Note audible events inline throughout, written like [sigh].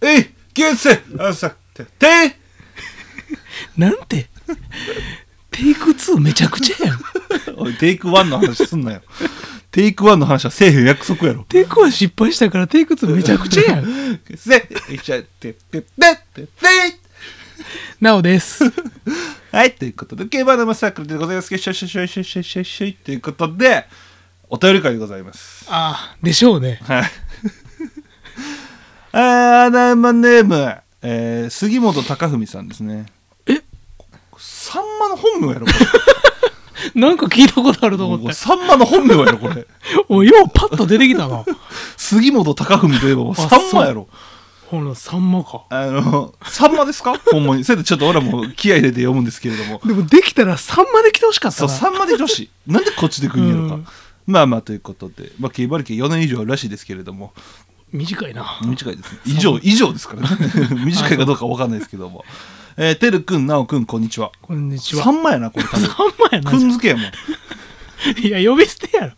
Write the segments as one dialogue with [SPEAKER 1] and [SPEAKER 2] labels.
[SPEAKER 1] えい牛せあさてて
[SPEAKER 2] なんて、テイク2めちゃくちゃやん。
[SPEAKER 1] おいテイクワンの話すんなよテイクワンの話はせえへん約束やろ
[SPEAKER 2] テイク1失敗したからテイク2めちゃくちゃやん。
[SPEAKER 1] せいっちゃってってってって
[SPEAKER 2] なおです。
[SPEAKER 1] はいということで競馬のマサークルでございますけどしょしょしょしょしょしょしょいということでお便り会でございます
[SPEAKER 2] ああ、でしょうね。
[SPEAKER 1] はいあーナンバーネーム、えー、杉本隆文さんですね
[SPEAKER 2] え
[SPEAKER 1] さんまの本名やろこれ
[SPEAKER 2] なんか聞いたことあると思
[SPEAKER 1] も
[SPEAKER 2] っ
[SPEAKER 1] う
[SPEAKER 2] て。
[SPEAKER 1] さんまの本名やろこれ
[SPEAKER 2] おい、ようパッと出てきたな。
[SPEAKER 1] 杉本隆文といえばもうさんまやろ
[SPEAKER 2] ほら、サンマか。
[SPEAKER 1] あの、 [laughs] さんまですかほんまに。それでちょっと俺らも気合い入れて読むんですけれども。
[SPEAKER 2] でもできたらサンマで来てほしかった
[SPEAKER 1] そう、
[SPEAKER 2] な。
[SPEAKER 1] さんまで女子。なんでこっちで来んやろか。
[SPEAKER 2] うん
[SPEAKER 1] まあまあということで、まあ、競馬歴4年以上あるらしいですけれども、
[SPEAKER 2] 短いな。
[SPEAKER 1] 短いですね。以上、以上ですからね。 [laughs] 短いかどうかわかんないですけども。えー、てるくん、なおくん、こんにちは。
[SPEAKER 2] こんにちは。
[SPEAKER 1] さんまやな、これ多
[SPEAKER 2] サン
[SPEAKER 1] 分。 [laughs]
[SPEAKER 2] マやな
[SPEAKER 1] く。んづけやもん。
[SPEAKER 2] いや、呼び捨てや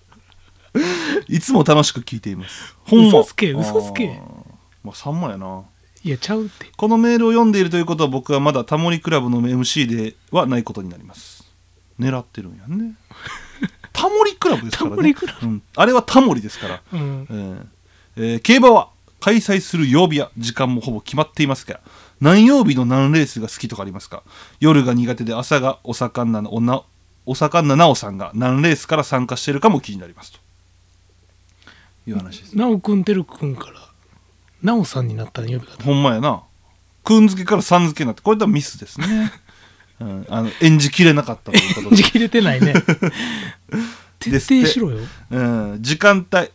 [SPEAKER 2] ろ。
[SPEAKER 1] いつも楽しく聞いています。ほんま。
[SPEAKER 2] 嘘つけ嘘つけ
[SPEAKER 1] あー。まあ、さんまやな。
[SPEAKER 2] いや、ちゃうって。
[SPEAKER 1] このメールを読んでいるということは僕はまだタモリクラブの MC ではないことになります狙ってるんやん
[SPEAKER 2] [laughs]
[SPEAKER 1] ねタモリクラブですからね
[SPEAKER 2] タモリクラ
[SPEAKER 1] うんあれはタモリですから、
[SPEAKER 2] うん
[SPEAKER 1] え。ーえー競馬は開催する曜日や時間もほぼ決まっていますが何曜日の何レースが好きとかありますか夜が苦手で朝がお魚なおなお魚なおさんが何レースから参加しているかも気になりますという話です
[SPEAKER 2] なおくんてるくんから、なおさんになったら呼び方。
[SPEAKER 1] ほんまやな。くんづけからさんづけになって、これ多分ミスです
[SPEAKER 2] [laughs]
[SPEAKER 1] ね。うん、あの演じきれなかったということ
[SPEAKER 2] 時
[SPEAKER 1] で。
[SPEAKER 2] 切れてないね。徹
[SPEAKER 1] ですって
[SPEAKER 2] 底しろよ。
[SPEAKER 1] うん、時間帯、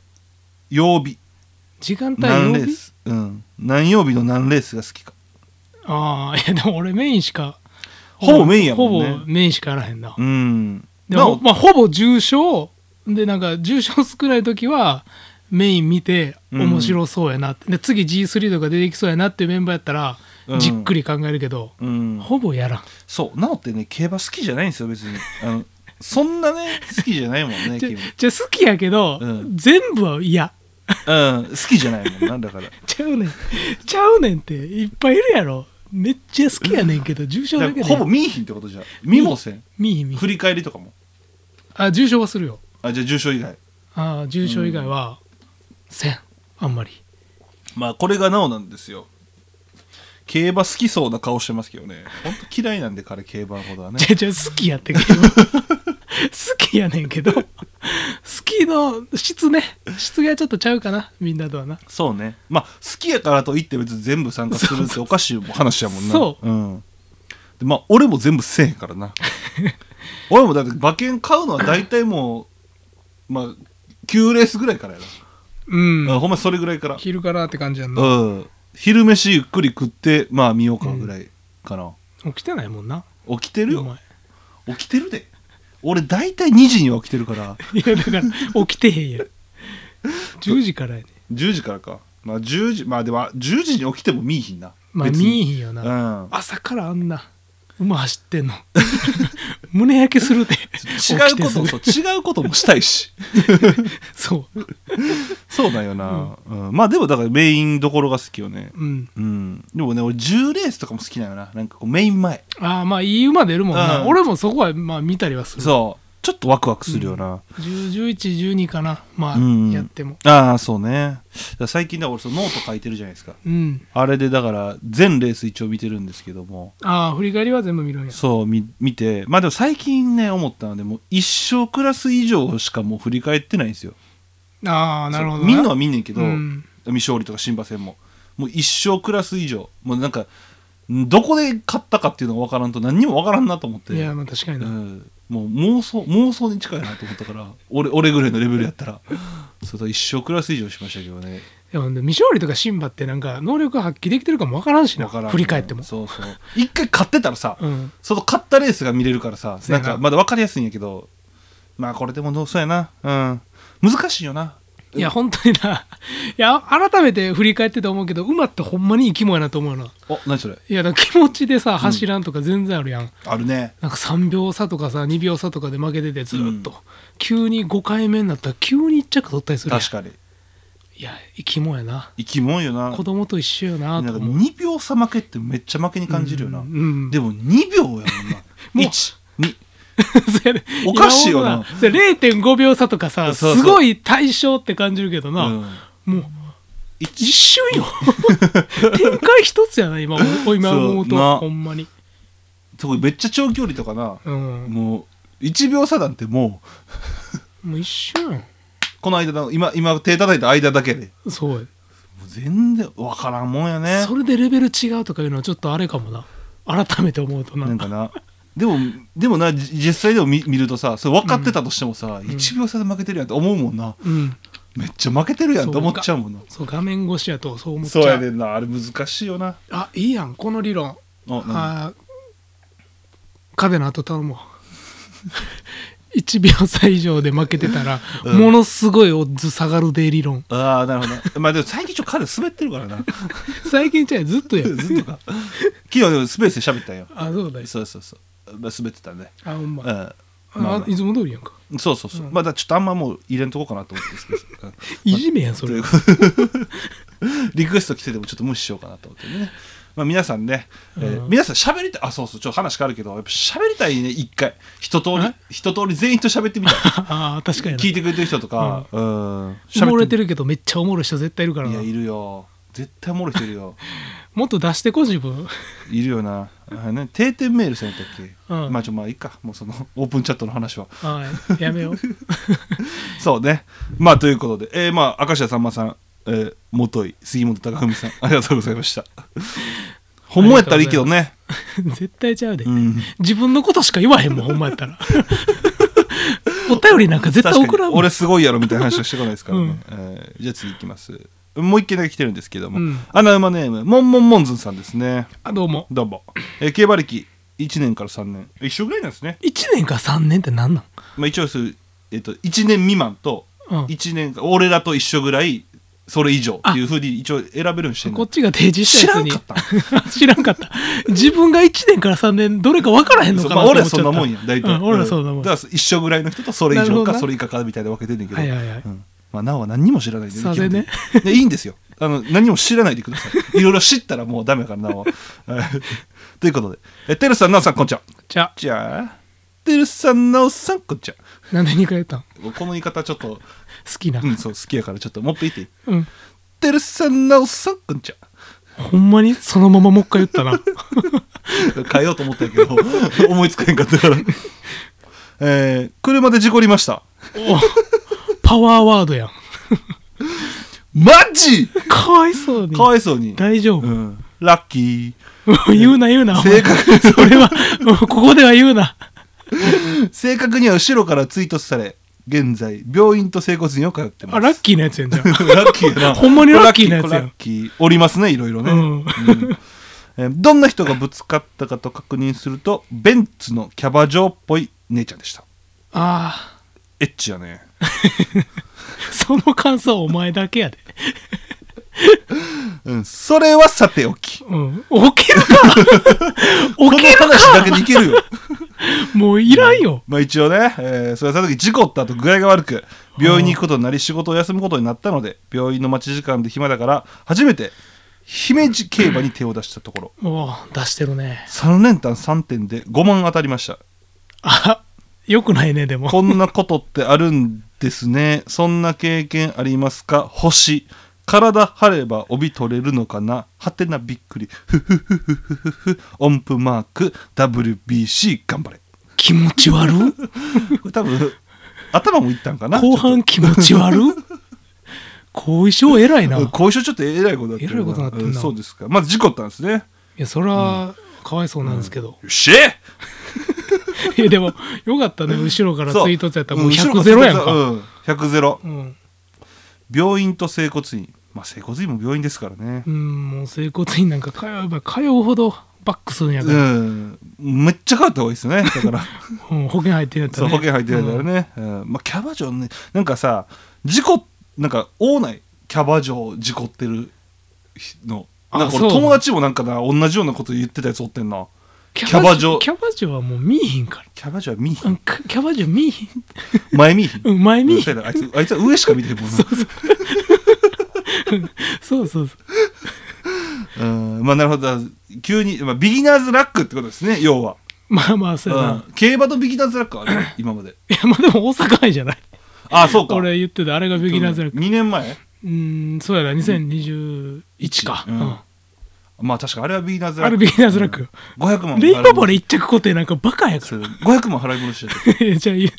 [SPEAKER 1] 曜日、
[SPEAKER 2] 時間帯
[SPEAKER 1] 何レー
[SPEAKER 2] 曜日
[SPEAKER 1] ス。うん、何曜日の何レースが好きか。
[SPEAKER 2] ああ、いや、でも俺メインしか。
[SPEAKER 1] ほぼメインやもんね
[SPEAKER 2] ほぼメインしかやらへんな。
[SPEAKER 1] うん。
[SPEAKER 2] で
[SPEAKER 1] なお
[SPEAKER 2] も、まあ、ほぼ重症で、なんか、重症少ない時は、メイン見て、
[SPEAKER 1] うん
[SPEAKER 2] 面白そうやなって、で、次 G3 とか出てきそうやなっていうメンバーやったら
[SPEAKER 1] う、ん
[SPEAKER 2] じっくり考えるけど、
[SPEAKER 1] うん、
[SPEAKER 2] ほぼやらん。
[SPEAKER 1] そう、なおってね、競馬好きじゃないんですよ、別に。あの [laughs] そんなね、好きじゃないもんね、
[SPEAKER 2] じゃ、
[SPEAKER 1] 君。
[SPEAKER 2] じゃ好きやけど、
[SPEAKER 1] うん
[SPEAKER 2] 全部は嫌。
[SPEAKER 1] うん、好きじゃないもんなんだから。
[SPEAKER 2] ちゃうねん。ちゃうねんって、いっぱいいるやろ。めっちゃ好きやねんけど、重症
[SPEAKER 1] だ
[SPEAKER 2] だ
[SPEAKER 1] か
[SPEAKER 2] け
[SPEAKER 1] ら
[SPEAKER 2] で。
[SPEAKER 1] ほぼ見いひんってことじゃん。見もせん。
[SPEAKER 2] 見い見い
[SPEAKER 1] 振り返りとかも。
[SPEAKER 2] あ、重症はするよ。
[SPEAKER 1] あ、じゃあ、重賞以外。
[SPEAKER 2] あー重症以外は、せん。あんまり。
[SPEAKER 1] まあこれがなおなんですよ競馬好きそうな顔してますけどね本当嫌いなんで彼競馬のことは
[SPEAKER 2] [laughs]
[SPEAKER 1] ね
[SPEAKER 2] じゃじゃ好きや
[SPEAKER 1] [laughs]
[SPEAKER 2] ってけど好きやねんけど好きの質ね質がちょっとちゃうかなみんなとはな
[SPEAKER 1] そうねまあ好きやからといって別に全部参加するっておかしい話やもんな、
[SPEAKER 2] そう
[SPEAKER 1] ん、でまあ俺も全部せえへんから
[SPEAKER 2] [laughs]
[SPEAKER 1] な俺もだって馬券買うのは大体もうまあ9レースぐらいからやな、
[SPEAKER 2] うん
[SPEAKER 1] あほんまそれぐらいから
[SPEAKER 2] 昼からって感じやんな
[SPEAKER 1] うん昼飯ゆっくり食ってまあ見ようかぐらいかな、
[SPEAKER 2] 起きてないもんな
[SPEAKER 1] 起きてる
[SPEAKER 2] お
[SPEAKER 1] よ
[SPEAKER 2] 前
[SPEAKER 1] 起きてるで俺大体2時には起きてるから
[SPEAKER 2] いやだから起きてへんやん10時からやね
[SPEAKER 1] 10時からかまあ10時まあでは10時に起きても見いひんな
[SPEAKER 2] まあ
[SPEAKER 1] 別
[SPEAKER 2] 見えへ
[SPEAKER 1] に
[SPEAKER 2] んよな、
[SPEAKER 1] うん
[SPEAKER 2] 朝からあんな馬走ってんの [laughs] 胸焼けするで
[SPEAKER 1] 違うことも
[SPEAKER 2] 起きてす
[SPEAKER 1] そう
[SPEAKER 2] ぐ
[SPEAKER 1] 違うこともしたい
[SPEAKER 2] [laughs]
[SPEAKER 1] し
[SPEAKER 2] そう
[SPEAKER 1] そうだよな、うんまあでもだからメインどころが好きよね
[SPEAKER 2] うん
[SPEAKER 1] うんでもね俺10レースとかも好きなよななんかこうメイン前
[SPEAKER 2] ああまあいい馬出るもんな、
[SPEAKER 1] うん
[SPEAKER 2] 俺もそこはまあ見たりはする
[SPEAKER 1] そうちょっとワクワクするよな、
[SPEAKER 2] 101112かなまあ、
[SPEAKER 1] うん
[SPEAKER 2] やっても
[SPEAKER 1] ああそうねだから最近だから俺そのノート書いてるじゃないですか
[SPEAKER 2] うん
[SPEAKER 1] あれでだから全レース一応見てるんですけども
[SPEAKER 2] ああ振り返りは全部見るんや
[SPEAKER 1] そうみ見てまあでも最近ね思ったのでもう一生クラス以上しかもう振り返ってないんですよ
[SPEAKER 2] ああなるほど
[SPEAKER 1] そう見んのは見んねんけど、
[SPEAKER 2] うん
[SPEAKER 1] 未勝利とか新馬戦ももう一生クラス以上もうなんかんどこで勝ったかっていうのが分からんと何にも分からんなと思って
[SPEAKER 2] いやまあ確かに
[SPEAKER 1] う
[SPEAKER 2] な、
[SPEAKER 1] ん、もう妄想妄想に近いなと思ったから [laughs] 俺俺ぐらいのレベルやったらそうだ一生クラス以上しましたけどね
[SPEAKER 2] でもね未勝利とかシンバってなんか能力発揮できてるかもわからんしな
[SPEAKER 1] 分からん
[SPEAKER 2] 振り返っても
[SPEAKER 1] そうそう一回勝ってたらさ、
[SPEAKER 2] うん
[SPEAKER 1] その勝ったレースが見れるからさ
[SPEAKER 2] そ
[SPEAKER 1] な
[SPEAKER 2] うや
[SPEAKER 1] ん
[SPEAKER 2] な
[SPEAKER 1] かまだ分かりやすいんやけどまあこれでもどうそうやなうん難しいよない
[SPEAKER 2] や本当にない [laughs] や改めて振り返ってて思うけど馬ってほんまにいい肝やなと思うな
[SPEAKER 1] お何それ
[SPEAKER 2] いやだから気持ちでさ走らんとか全然あるやん、
[SPEAKER 1] あるね
[SPEAKER 2] なんか3秒差とかさ2秒差とかで負けててずーっと、
[SPEAKER 1] うん
[SPEAKER 2] 急に5回目になったら急に1着取ったりするやん
[SPEAKER 1] 確かに
[SPEAKER 2] いや生き物やな
[SPEAKER 1] 生き物よな
[SPEAKER 2] 子供と一緒よな
[SPEAKER 1] なん
[SPEAKER 2] と
[SPEAKER 1] か
[SPEAKER 2] 思う
[SPEAKER 1] 2秒差負けってめっちゃ負けに感じるよな、
[SPEAKER 2] うんうん [laughs]
[SPEAKER 1] でも2秒やもんな
[SPEAKER 2] もう
[SPEAKER 1] 1 2
[SPEAKER 2] そやね
[SPEAKER 1] おかしいよな
[SPEAKER 2] やほんまそれ0.5秒差とかさ
[SPEAKER 1] そうそう
[SPEAKER 2] すごい対象って感じるけどな、
[SPEAKER 1] うん
[SPEAKER 2] もう一
[SPEAKER 1] 1
[SPEAKER 2] 瞬
[SPEAKER 1] [laughs]
[SPEAKER 2] よ展開一つやな今思う今思う
[SPEAKER 1] そうな
[SPEAKER 2] とほんまに、
[SPEAKER 1] すごいめっちゃ長距離とかな、
[SPEAKER 2] うん、
[SPEAKER 1] もう1秒差なんてもう
[SPEAKER 2] もう一瞬や
[SPEAKER 1] この間の今今手叩いた間だけで
[SPEAKER 2] んそう
[SPEAKER 1] もう全然分からんもんや
[SPEAKER 2] や、
[SPEAKER 1] ね
[SPEAKER 2] それでレベル違うとかいうのはちょっとあれかもな改めて思うとな
[SPEAKER 1] なんかなでもでもなじ実際でも見見るとさそれ分かってたとしてもさ、1秒差で負けてるやんって思うもんな
[SPEAKER 2] うん
[SPEAKER 1] めっちゃ負けてるやんって思っちゃうもんな
[SPEAKER 2] そう画面越しやとそう思っち
[SPEAKER 1] そ
[SPEAKER 2] ゃ
[SPEAKER 1] ううやねんなあれ難しいよな
[SPEAKER 2] あいいやんこの理論
[SPEAKER 1] あなん
[SPEAKER 2] あーカベの後頼 [laughs] もう1秒差以上で負けてたら、
[SPEAKER 1] うん
[SPEAKER 2] ものすごいオッズ下がるで理論
[SPEAKER 1] ああなるほどねまあでも最近ちょっと彼滑ってるからな
[SPEAKER 2] 最近じゃあずっとやる
[SPEAKER 1] ずっとか昨日でもスペースで喋ったんよ
[SPEAKER 2] あそうだよ
[SPEAKER 1] そうそうそう、まあ、滑ってたね
[SPEAKER 2] あほんま
[SPEAKER 1] うんまあ
[SPEAKER 2] あ
[SPEAKER 1] ま
[SPEAKER 2] いつも通りやんか
[SPEAKER 1] あそうそうそう、まあだからちょっとあんまもう入れんとこうかなと思ってるんですけど、うん
[SPEAKER 2] いじめやん [laughs] そ
[SPEAKER 1] という
[SPEAKER 2] れは
[SPEAKER 1] [laughs] リクエスト来ててもちょっと無視しようかなと思ってね。まあ皆さんね、えー
[SPEAKER 2] うん
[SPEAKER 1] 皆さん喋りたい、あ、そうそう、ちょっと話変わるけど、やっぱ喋りたいね、一回。一通り
[SPEAKER 2] え、
[SPEAKER 1] 一通り全員と喋ってみ
[SPEAKER 2] [laughs]
[SPEAKER 1] たい。
[SPEAKER 2] ああ確かに
[SPEAKER 1] 聞いてくれてる人とか、うん、
[SPEAKER 2] なおもれて
[SPEAKER 1] る。
[SPEAKER 2] るけどめっちゃおもろい人絶対いるから
[SPEAKER 1] い
[SPEAKER 2] な
[SPEAKER 1] や、いるよ。絶対漏れてるよ。
[SPEAKER 2] もっと出してこ自分
[SPEAKER 1] いるよな。あれね、定点メールさんやったっけ、
[SPEAKER 2] うん
[SPEAKER 1] まあちょ、まあいいか。もうその、オープンチャットの話は。
[SPEAKER 2] はいやめ
[SPEAKER 1] [laughs]
[SPEAKER 2] よう
[SPEAKER 1] そうね。まあということで、えーまあ、明石家さんまさん、えー、元井、杉本隆文さん、ありがとうございま
[SPEAKER 2] [laughs]
[SPEAKER 1] した。本物やったらいいけどね。
[SPEAKER 2] 絶対ちゃうで、
[SPEAKER 1] うん
[SPEAKER 2] 自分のことしか言わへんもんほんま
[SPEAKER 1] [laughs]
[SPEAKER 2] やったらお便りなんか [laughs] 絶対送らんもん
[SPEAKER 1] 俺すごいやろみたいな話はしてこないですからね、
[SPEAKER 2] うん
[SPEAKER 1] えーじゃあ次いきますもう一件だけ来てるんですけども、
[SPEAKER 2] うん
[SPEAKER 1] 穴馬ネームモンモンモンズンさんですね
[SPEAKER 2] あどうも
[SPEAKER 1] どうも、えー競馬歴1年から3年一緒ぐらいなんですね、
[SPEAKER 2] 1年か3年って何なん
[SPEAKER 1] まあ、一応する、えっと1年未満と
[SPEAKER 2] うん
[SPEAKER 1] 1年、俺らと一緒ぐらいそれ以上っていうふうに一応選べるようにしてる
[SPEAKER 2] こっちが提示したやつに
[SPEAKER 1] 知らんか
[SPEAKER 2] [laughs] 知らんかった自分が1年から3年どれか分からへん [laughs] のかな
[SPEAKER 1] まあ、
[SPEAKER 2] って
[SPEAKER 1] 俺はそ
[SPEAKER 2] 思っちゃった
[SPEAKER 1] んなもんや大体、
[SPEAKER 2] うん俺はそんなもん
[SPEAKER 1] だから一緒ぐらいの人とそれ以
[SPEAKER 2] なる
[SPEAKER 1] 上
[SPEAKER 2] ほど
[SPEAKER 1] か
[SPEAKER 2] な
[SPEAKER 1] それ以下かみたいな分けてんねんけど
[SPEAKER 2] はいはいはい
[SPEAKER 1] うんまあ、なおは何にも知らないで
[SPEAKER 2] さあでね
[SPEAKER 1] 基本的にでいいんですよあの何も知らないでくださ
[SPEAKER 2] [laughs]
[SPEAKER 1] いいろいろ知ったらもうダメやからなおははい [laughs] ということでえてるさんなおさんこんちゃん
[SPEAKER 2] じゃあ
[SPEAKER 1] じゃあてるさんなおさんこんちゃん
[SPEAKER 2] なんで2回言ったん好
[SPEAKER 1] この言い方ちょっと、
[SPEAKER 2] きな
[SPEAKER 1] うん、そう好きやからちょっともっと言っていい
[SPEAKER 2] うん
[SPEAKER 1] てるさんなおさんこんちゃん
[SPEAKER 2] ほんまにそのままもう一回言
[SPEAKER 1] [laughs]
[SPEAKER 2] ったな
[SPEAKER 1] 変えようと思ったんやけど [laughs] 思いつかへんかったからえー車で事故りました
[SPEAKER 2] おパワーワードやん
[SPEAKER 1] マジ
[SPEAKER 2] かわいそうに
[SPEAKER 1] かわいそうに、
[SPEAKER 2] 大丈夫、
[SPEAKER 1] うん、ラッキ
[SPEAKER 2] [laughs] 言うな言うなお
[SPEAKER 1] 正
[SPEAKER 2] 前
[SPEAKER 1] 確に
[SPEAKER 2] [laughs] それはもうここでは言うな
[SPEAKER 1] ー正確には後ろから追突され現在病院と整骨院を通ってます
[SPEAKER 2] あラッキーなやつやんじゃ
[SPEAKER 1] [laughs]
[SPEAKER 2] ん
[SPEAKER 1] ラッキーやな
[SPEAKER 2] ほんまにラッキーなやつや
[SPEAKER 1] これラッキーおりますねいろいろね、
[SPEAKER 2] うん
[SPEAKER 1] うんえーどんな人がぶつかったかと確認するとベンツのキャバ嬢っぽい姉ちゃんでした
[SPEAKER 2] あ
[SPEAKER 1] エッチやね
[SPEAKER 2] あその感想はお前だけやで
[SPEAKER 1] うんそれはさておき
[SPEAKER 2] うん起 [laughs] きるか
[SPEAKER 1] こ
[SPEAKER 2] 起
[SPEAKER 1] の
[SPEAKER 2] きる
[SPEAKER 1] 話だけでいけるよ
[SPEAKER 2] もういらんよ
[SPEAKER 1] [laughs] まあ一応ね、えーそれはその時事故った後具合が悪く病院に行くことになり仕事を休むことになったので病院の待ち時間で暇だから初めて姫路競馬に手を出したところ
[SPEAKER 2] おう出してるね
[SPEAKER 1] 3連単3点で5万当たりました
[SPEAKER 2] あよくないねでも
[SPEAKER 1] こんなことってあるんですねそんな経験ありますか星体張れば帯取れるのかなはてなびっくりふふふふふふふ音符マーク WBC 頑張れ
[SPEAKER 2] 気持ち [laughs] 悪
[SPEAKER 1] これ [laughs] 多分頭もいったんかな
[SPEAKER 2] 後半気持ち悪後遺症偉いな
[SPEAKER 1] うん
[SPEAKER 2] い
[SPEAKER 1] 後遺症ちょっとえらいことになってる
[SPEAKER 2] えらいことになってんな
[SPEAKER 1] うんそうですかまず事故ったんですね
[SPEAKER 2] やそれはかわいそうなんですけど、
[SPEAKER 1] よっし
[SPEAKER 2] いやでもよかったね後ろからツイートやったらもう
[SPEAKER 1] 1
[SPEAKER 2] 100ゼロやんか、
[SPEAKER 1] うん100ゼロ
[SPEAKER 2] うん
[SPEAKER 1] 病院と整骨院まあ整骨院も病院ですからね
[SPEAKER 2] うん、もう整骨院なんか通えば通うほどバックするんや
[SPEAKER 1] う
[SPEAKER 2] から、
[SPEAKER 1] んめっちゃ変わった方がいいですねだ
[SPEAKER 2] [laughs]
[SPEAKER 1] から
[SPEAKER 2] うん保険入ってんやった
[SPEAKER 1] そう
[SPEAKER 2] ら、ね、
[SPEAKER 1] 保険入ってる
[SPEAKER 2] うん
[SPEAKER 1] からねうんまあキャバ嬢ねなんかさ事故なんかオーナイキャバ嬢事故ってるの
[SPEAKER 2] あ
[SPEAKER 1] なんか
[SPEAKER 2] そ
[SPEAKER 1] 俺
[SPEAKER 2] う
[SPEAKER 1] 友達もなんかな同じようなこと言ってたやつおってんな
[SPEAKER 2] キ
[SPEAKER 1] キャバ嬢
[SPEAKER 2] キャバ嬢はもう見えへんか
[SPEAKER 1] キャバ嬢は見えひ
[SPEAKER 2] ら、
[SPEAKER 1] ん
[SPEAKER 2] うん、かキャバ嬢見えへん
[SPEAKER 1] 前見えひん
[SPEAKER 2] うん前見え
[SPEAKER 1] う
[SPEAKER 2] へん
[SPEAKER 1] んそうやなあいつあいつは上しか見てへんもんな
[SPEAKER 2] そうそうそう
[SPEAKER 1] うんまあなるほど急に、まあ、ビギナーズラックってことですね要は、
[SPEAKER 2] まあまあそうやな、
[SPEAKER 1] うん、競馬とビギナーズラック
[SPEAKER 2] [laughs]
[SPEAKER 1] はある今まで
[SPEAKER 2] いやまあでも大阪杯じゃない
[SPEAKER 1] ああそうか
[SPEAKER 2] 俺言ってたあれがビギナーズラック
[SPEAKER 1] 2年前
[SPEAKER 2] うーんそうやな2021か、
[SPEAKER 1] うんまあ確かあれはビギナーズ
[SPEAKER 2] あ
[SPEAKER 1] ラッ
[SPEAKER 2] れ
[SPEAKER 1] ク
[SPEAKER 2] ビギナーズラック、
[SPEAKER 1] 500万
[SPEAKER 2] レインボーボー
[SPEAKER 1] ル
[SPEAKER 2] ル一着固定なんかバカやか
[SPEAKER 1] 500万払い殺しちゃった
[SPEAKER 2] らじゃあいや
[SPEAKER 1] ちゃ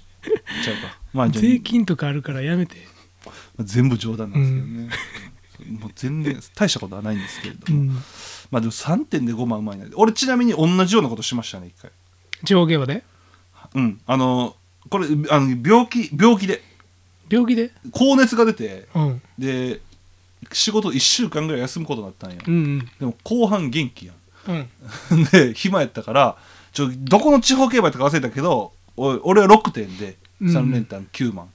[SPEAKER 1] うかまあじゃあ
[SPEAKER 2] 税金とかあるからやめて
[SPEAKER 1] 全部冗談なんですけどね、もう全然大したことはないんですけれども、
[SPEAKER 2] うん
[SPEAKER 1] まあでも3.5万うまいな俺ちなみに同じようなことしましたね一回
[SPEAKER 2] 地方競馬で
[SPEAKER 1] うんあのこれあの病気病気で
[SPEAKER 2] 病気で
[SPEAKER 1] 高熱が出て
[SPEAKER 2] うんうん
[SPEAKER 1] で仕事1週間ぐらい休むことになったんや、
[SPEAKER 2] うん
[SPEAKER 1] でも後半元気や
[SPEAKER 2] うん
[SPEAKER 1] ん [laughs] で暇やったからちょどこの地方競馬やったか忘れたけどお俺は6点で
[SPEAKER 2] うん
[SPEAKER 1] 3連単9万、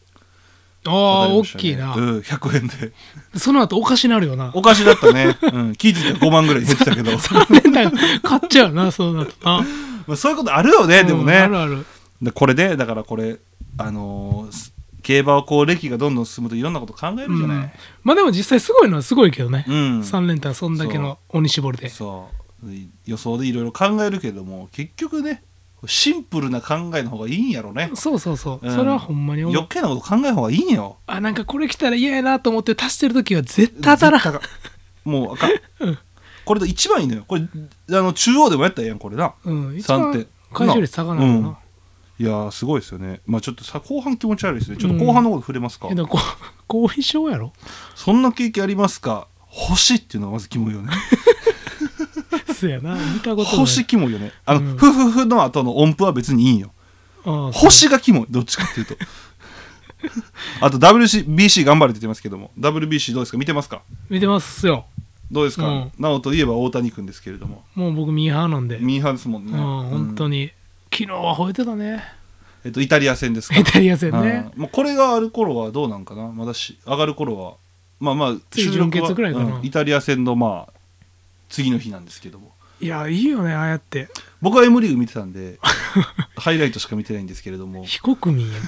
[SPEAKER 1] 当た
[SPEAKER 2] ああ、
[SPEAKER 1] り
[SPEAKER 2] 大
[SPEAKER 1] ましたね
[SPEAKER 2] きいな、
[SPEAKER 1] うん、100円で
[SPEAKER 2] その後おかしなるよな
[SPEAKER 1] おかしだったね、うん、気づいたら5万ぐらい出てたけど
[SPEAKER 2] [laughs] 3連単買っちゃうなそうなるとな
[SPEAKER 1] まあ、そういうことあるよね、でも
[SPEAKER 2] うんあ
[SPEAKER 1] ね
[SPEAKER 2] るある
[SPEAKER 1] でこれでだからこれあのーす競馬をこう歴がどんどん進むといろんなこと考えるじゃ
[SPEAKER 2] うん
[SPEAKER 1] ない、
[SPEAKER 2] まあでも実際すごいのはすごいけどね、
[SPEAKER 1] うん
[SPEAKER 2] 三3連単そんだけの鬼絞りで
[SPEAKER 1] そうい予想でいろいろ考えるけども結局ねシンプルな考えの方がいいんやろね
[SPEAKER 2] そうそうそう、
[SPEAKER 1] うん
[SPEAKER 2] それはほんまに思
[SPEAKER 1] 余
[SPEAKER 2] う
[SPEAKER 1] 計なこと考える方がいいんよ
[SPEAKER 2] あなんかこれ来たら嫌やなと思って足してる時は絶対当たら
[SPEAKER 1] 絶
[SPEAKER 2] ん
[SPEAKER 1] 対高いもうあかん、これと一番いいのよこれあの中央でもやったらええやんこれな
[SPEAKER 2] うん一
[SPEAKER 1] 3
[SPEAKER 2] 番
[SPEAKER 1] 点
[SPEAKER 2] 回収率下がらん
[SPEAKER 1] うん
[SPEAKER 2] な、
[SPEAKER 1] いやーすごいですよねまあちょっとさ後半気持ち悪いですねちょっと後半のこと触れますか、
[SPEAKER 2] えだからこ後遺症や
[SPEAKER 1] [laughs]
[SPEAKER 2] ろ
[SPEAKER 1] そんな経験ありますか星っていうのはまずキモいよね
[SPEAKER 2] そうやな見たことない
[SPEAKER 1] 星キモいよねあの、
[SPEAKER 2] うん
[SPEAKER 1] ふふふの後の音符は別にいいんよ
[SPEAKER 2] ああそう
[SPEAKER 1] [laughs] 星がキモいどっちかっていう
[SPEAKER 2] [laughs]
[SPEAKER 1] とあと WBC 頑張れって言ってますけども WBC どうですか見てますか
[SPEAKER 2] 見てますよ
[SPEAKER 1] どうですか、
[SPEAKER 2] うん
[SPEAKER 1] なおといえば大谷君ですけれども
[SPEAKER 2] もう僕ミーハーなんで、うん、
[SPEAKER 1] ミーハーですもんね、
[SPEAKER 2] 本当
[SPEAKER 1] うん
[SPEAKER 2] に昨日は吠えてたね
[SPEAKER 1] えっと、イタリア戦ですか
[SPEAKER 2] イタリア戦ね
[SPEAKER 1] うんもうこれがある頃はどうなんかなまだし上がる頃はまあまあ
[SPEAKER 2] 次
[SPEAKER 1] 収録
[SPEAKER 2] 準
[SPEAKER 1] は
[SPEAKER 2] 決ぐらいかな
[SPEAKER 1] うんイタリア戦のまあ次の日なんですけども
[SPEAKER 2] いやいいよねああやって
[SPEAKER 1] 僕は M リーグ見てたんで
[SPEAKER 2] [laughs]
[SPEAKER 1] ハイライトしか見てないんですけれども
[SPEAKER 2] 非国民や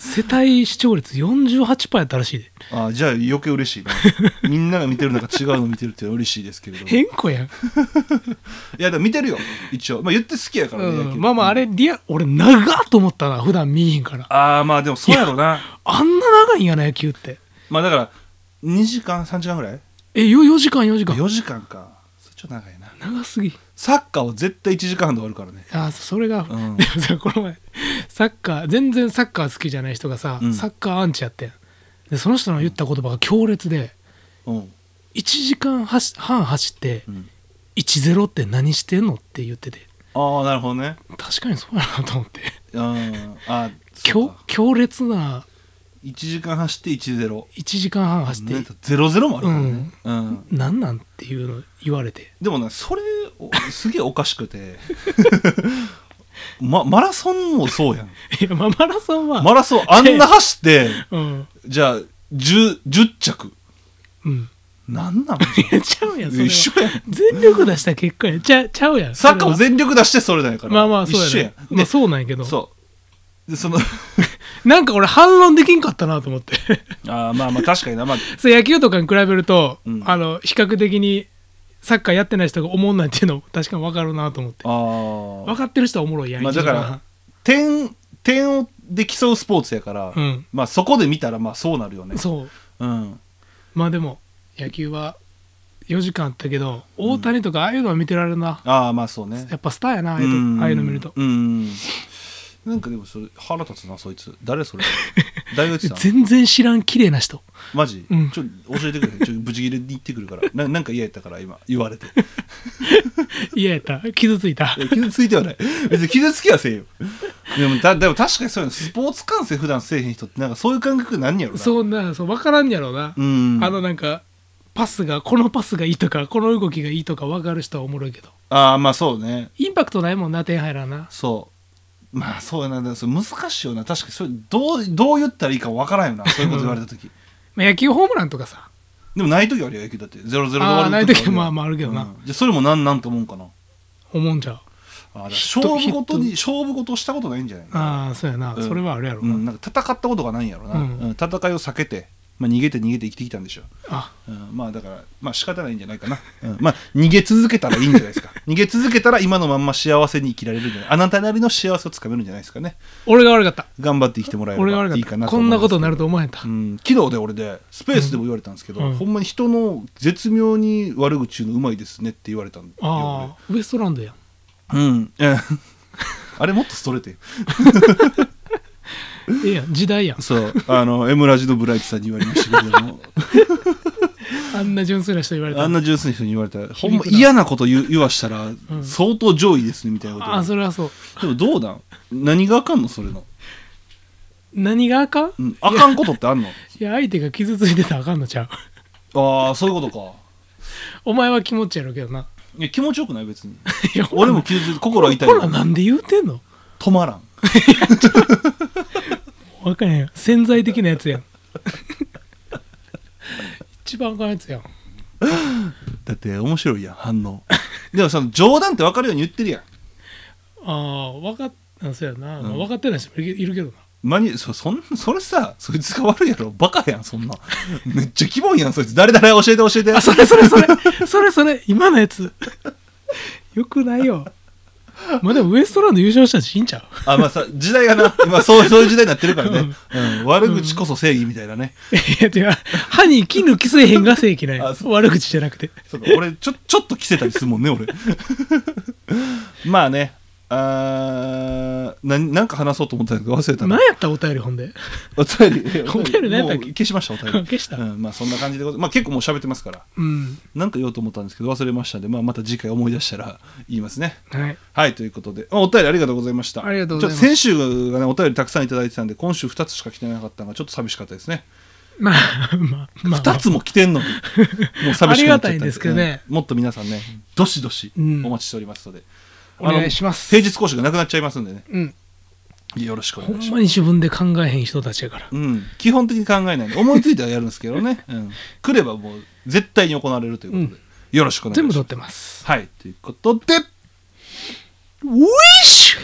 [SPEAKER 2] 世帯視聴率48%やったらしいで
[SPEAKER 1] あじゃあ余計嬉しい
[SPEAKER 2] [laughs]
[SPEAKER 1] なみんなが見てる中違うの見てるって嬉しいですけれどもい
[SPEAKER 2] 変子やん、
[SPEAKER 1] やでも見てるよ一応まあ言って好きやからね、野
[SPEAKER 2] う
[SPEAKER 1] 球
[SPEAKER 2] ん、まあまああれリア俺長っと思ったな普段見えへんから
[SPEAKER 1] あーまあでもそうやろな
[SPEAKER 2] あんな長いんやな野球って
[SPEAKER 1] まあだから2時間3時間ぐらい
[SPEAKER 2] えよ4時間4時間
[SPEAKER 1] 4時間かそれちょっと長いな
[SPEAKER 2] 長すぎ
[SPEAKER 1] サッカーは絶対1時間半で終わるからね
[SPEAKER 2] あー [laughs] それが、
[SPEAKER 1] ん
[SPEAKER 2] でもさこの前サッカー全然サッカー好きじゃない人がさ、
[SPEAKER 1] うん
[SPEAKER 2] サッカーアンチやってんでその人の言った言葉が強烈で
[SPEAKER 1] うん
[SPEAKER 2] 1時間走半走って
[SPEAKER 1] ん
[SPEAKER 2] 1-0って何してんのって言ってて
[SPEAKER 1] ああなるほどね
[SPEAKER 2] 確かにそうやなと思って
[SPEAKER 1] うんあそう
[SPEAKER 2] 強
[SPEAKER 1] か
[SPEAKER 2] 強烈な
[SPEAKER 1] 1時間走って1-0
[SPEAKER 2] 1時間半走って、
[SPEAKER 1] ね0-0もあるからねうん
[SPEAKER 2] なんなんっていうの言われて [laughs]
[SPEAKER 1] でもねそれおすげえおかしくて [laughs] ま、マラソンもそうやん
[SPEAKER 2] いやまあマラソンは、
[SPEAKER 1] マラソンあんな走って
[SPEAKER 2] うん
[SPEAKER 1] じゃあ 10, 10着
[SPEAKER 2] うん
[SPEAKER 1] なんなん
[SPEAKER 2] [laughs] いやちゃうやんそれは
[SPEAKER 1] 一緒やん
[SPEAKER 2] 全力出した結果やちゃちゃうや
[SPEAKER 1] [laughs]
[SPEAKER 2] ん
[SPEAKER 1] サッカーも
[SPEAKER 2] それは
[SPEAKER 1] 全力出してそれなんやから
[SPEAKER 2] まあまあそうや,、ね、
[SPEAKER 1] 一緒やん
[SPEAKER 2] まあ、
[SPEAKER 1] でそ
[SPEAKER 2] そうなんやけど
[SPEAKER 1] うでその [laughs]
[SPEAKER 2] なんか俺反論できんかったなと思って [laughs]
[SPEAKER 1] あーまあまあ確かになまあ
[SPEAKER 2] そう野球とかに比べると、
[SPEAKER 1] うん
[SPEAKER 2] あの比較的にサッカーやってない人がおもんないっていうのも確かに分かるなと思って
[SPEAKER 1] あー
[SPEAKER 2] 分かってる人はおもろいやん、
[SPEAKER 1] まあだから点点をで競うスポーツやから、
[SPEAKER 2] うん
[SPEAKER 1] まあそこで見たらまあそうなるよね
[SPEAKER 2] そう
[SPEAKER 1] うん
[SPEAKER 2] まあでも野球は4時間あったけど大谷とかああいうのは見てられるな、
[SPEAKER 1] ああまあそうね
[SPEAKER 2] やっぱスターやなああいううんああいうの見ると
[SPEAKER 1] うんなんかでもそれ腹立つなそいつ誰
[SPEAKER 2] [laughs]
[SPEAKER 1] それ大学生さん
[SPEAKER 2] 全然知らん綺麗な人
[SPEAKER 1] マジ、
[SPEAKER 2] うん
[SPEAKER 1] ちょっと教えてくれちょっとブチギレに行ってくるからななんか嫌やったから今言われて
[SPEAKER 2] 嫌やった傷ついた
[SPEAKER 1] いや傷ついてはない別に傷つきはせえよでもだでも確かにそういうのスポーツ観戦普段せえへん人ってなんかそういう感覚なんやろなう
[SPEAKER 2] そんなそう分からんやろうな、
[SPEAKER 1] ん
[SPEAKER 2] あのなんかパスがこのパスがいいとかこの動きがいいとか分かる人はおもろいけど
[SPEAKER 1] ああまあそうね
[SPEAKER 2] インパクトないもんな点入らんな
[SPEAKER 1] そうまあそうやなだからそれ難しいよな確かにそれどうどう言ったらいいかわからんよなそういうこと言われた時
[SPEAKER 2] まあ野球ホームランとかさ
[SPEAKER 1] でもない時あるよ野球だって0-0で終わ
[SPEAKER 2] あー
[SPEAKER 1] る
[SPEAKER 2] ない
[SPEAKER 1] 時
[SPEAKER 2] 時まあまああるけど
[SPEAKER 1] う
[SPEAKER 2] な
[SPEAKER 1] んじゃあそれもなんなんと思うんかな
[SPEAKER 2] 思うんじゃう
[SPEAKER 1] あーだから
[SPEAKER 2] ヒ
[SPEAKER 1] 勝
[SPEAKER 2] ット
[SPEAKER 1] 負ごとに勝負ごとしたことないんじゃないの
[SPEAKER 2] ああそうやな、
[SPEAKER 1] うん
[SPEAKER 2] それはあるやろ
[SPEAKER 1] う
[SPEAKER 2] な、
[SPEAKER 1] ん、なんか戦ったことがないんやろな、
[SPEAKER 2] うん
[SPEAKER 1] うん戦いを避けてまあ、逃げて逃げて生きてきたんでしょう、
[SPEAKER 2] あ
[SPEAKER 1] うん、まあだからまあ仕方ないんじゃないかな、うん、まあ逃げ続けたらいいんじゃないですか [laughs] 逃げ続けたら今のまんま幸せに生きられるんじゃないあなたなりの幸せをつかめるんじゃないですかね
[SPEAKER 2] 俺が悪かった
[SPEAKER 1] 頑張って生きてもらえれ
[SPEAKER 2] 俺が悪か
[SPEAKER 1] ば
[SPEAKER 2] っ
[SPEAKER 1] いい
[SPEAKER 2] た
[SPEAKER 1] かなと
[SPEAKER 2] こ
[SPEAKER 1] 思
[SPEAKER 2] ん
[SPEAKER 1] いま
[SPEAKER 2] な
[SPEAKER 1] す
[SPEAKER 2] ことになると思わへんた、
[SPEAKER 1] うん、昨日で俺でスペースでも言われたんですけど、
[SPEAKER 2] うん
[SPEAKER 1] ほんまに人の絶妙に悪口言うのうまいですねって言われたんで
[SPEAKER 2] ああウエストランドやん
[SPEAKER 1] 俺うんえ [laughs] あれもっとストレートや
[SPEAKER 2] ええやん時代やん
[SPEAKER 1] そう [laughs] あの M ラジのブライトさんに言われました [laughs] けども
[SPEAKER 2] あんな純粋な人言われたら
[SPEAKER 1] あんな純粋な人に言われたらほんま
[SPEAKER 2] 響くな
[SPEAKER 1] 嫌なこと言う言わしたら
[SPEAKER 2] ん
[SPEAKER 1] 相当上位ですねみたいなこと
[SPEAKER 2] ああそれはそう
[SPEAKER 1] でもどうなん何があかんのそれの、
[SPEAKER 2] 何があかん、
[SPEAKER 1] う
[SPEAKER 2] い
[SPEAKER 1] ん、あかんことってあんの
[SPEAKER 2] や相手が傷ついてたらあかんのちゃう [laughs]
[SPEAKER 1] ああそういうことか
[SPEAKER 2] お前は気持ちやろうけどない
[SPEAKER 1] や気持ちよくない別 [laughs] に
[SPEAKER 2] いや
[SPEAKER 1] 俺も傷ついて心は痛い
[SPEAKER 2] ほらなんで言うてんの
[SPEAKER 1] 止まらん
[SPEAKER 2] 分かんへん潜在的なやつやん [laughs] 一番あかんやつやん
[SPEAKER 1] だって面白いやん反応でもその冗談って分かるように言ってるやん
[SPEAKER 2] ああ分かっあそうやな、まあ
[SPEAKER 1] うん
[SPEAKER 2] 分かってない人もいるいるけどな
[SPEAKER 1] マニそそんそれさそいつが悪いやろバカやんそんなめっちゃキモいやんそいつ誰誰教えて教えて
[SPEAKER 2] あそれそれそれ [laughs] それそれ今のやつよくないよまあでもウエストランド優勝したしいいんちゃう
[SPEAKER 1] あまあさ時代がな今そうそういう時代になってるからね、 [laughs] うん、悪口こそ正義みたいなね、
[SPEAKER 2] いや、てか、歯に絹着せえへんが正規なんや
[SPEAKER 1] あそ
[SPEAKER 2] 悪口じゃなくて。
[SPEAKER 1] そうか俺ちょ [laughs] ちょっと着せたりするもんね俺 [laughs] まあねあーななんか話そうと思ったんだけど忘れた
[SPEAKER 2] 何
[SPEAKER 1] な
[SPEAKER 2] やったお便りほんで。
[SPEAKER 1] [laughs] お便り
[SPEAKER 2] お便り何やったっけ
[SPEAKER 1] もう消しましたお便り
[SPEAKER 2] 消した
[SPEAKER 1] うん、まあそんな感じでござまあ結構もう喋ってますから
[SPEAKER 2] うん。
[SPEAKER 1] なんか言おうと思ったんですけど忘れましたんで、まあ、また次回思い出したら言いますね。
[SPEAKER 2] はい。
[SPEAKER 1] はいということで、まあお便りありがとうございました。
[SPEAKER 2] ありがとうございます
[SPEAKER 1] ちょっと先週がねお便りたくさんいただいてたんで今週2つしか来てなかったのがちょっと寂しかったですね。
[SPEAKER 2] まあ、まあ、まあ。
[SPEAKER 1] 2つも来てん
[SPEAKER 2] [laughs]
[SPEAKER 1] のにもう寂しくなっちゃった
[SPEAKER 2] ありがたいんですけどね
[SPEAKER 1] うんもっと皆さんねどしどしお
[SPEAKER 2] うん
[SPEAKER 1] 待ちしておりますので、
[SPEAKER 2] お願いします
[SPEAKER 1] あの平日講習がなくなっちゃいますんでね
[SPEAKER 2] うん。
[SPEAKER 1] よろしくお
[SPEAKER 2] ほ
[SPEAKER 1] 願い
[SPEAKER 2] ん
[SPEAKER 1] しま。
[SPEAKER 2] ますに自分で考えへん人たちやから。
[SPEAKER 1] うん、基本的に考えないんで思いついたらやるんですけどね、うん、来ればもう絶対に行われるということで、
[SPEAKER 2] うん
[SPEAKER 1] よろしくお願いし
[SPEAKER 2] 全
[SPEAKER 1] ま
[SPEAKER 2] 部
[SPEAKER 1] す
[SPEAKER 2] 取ってます。
[SPEAKER 1] はいということで
[SPEAKER 2] ウィッシュ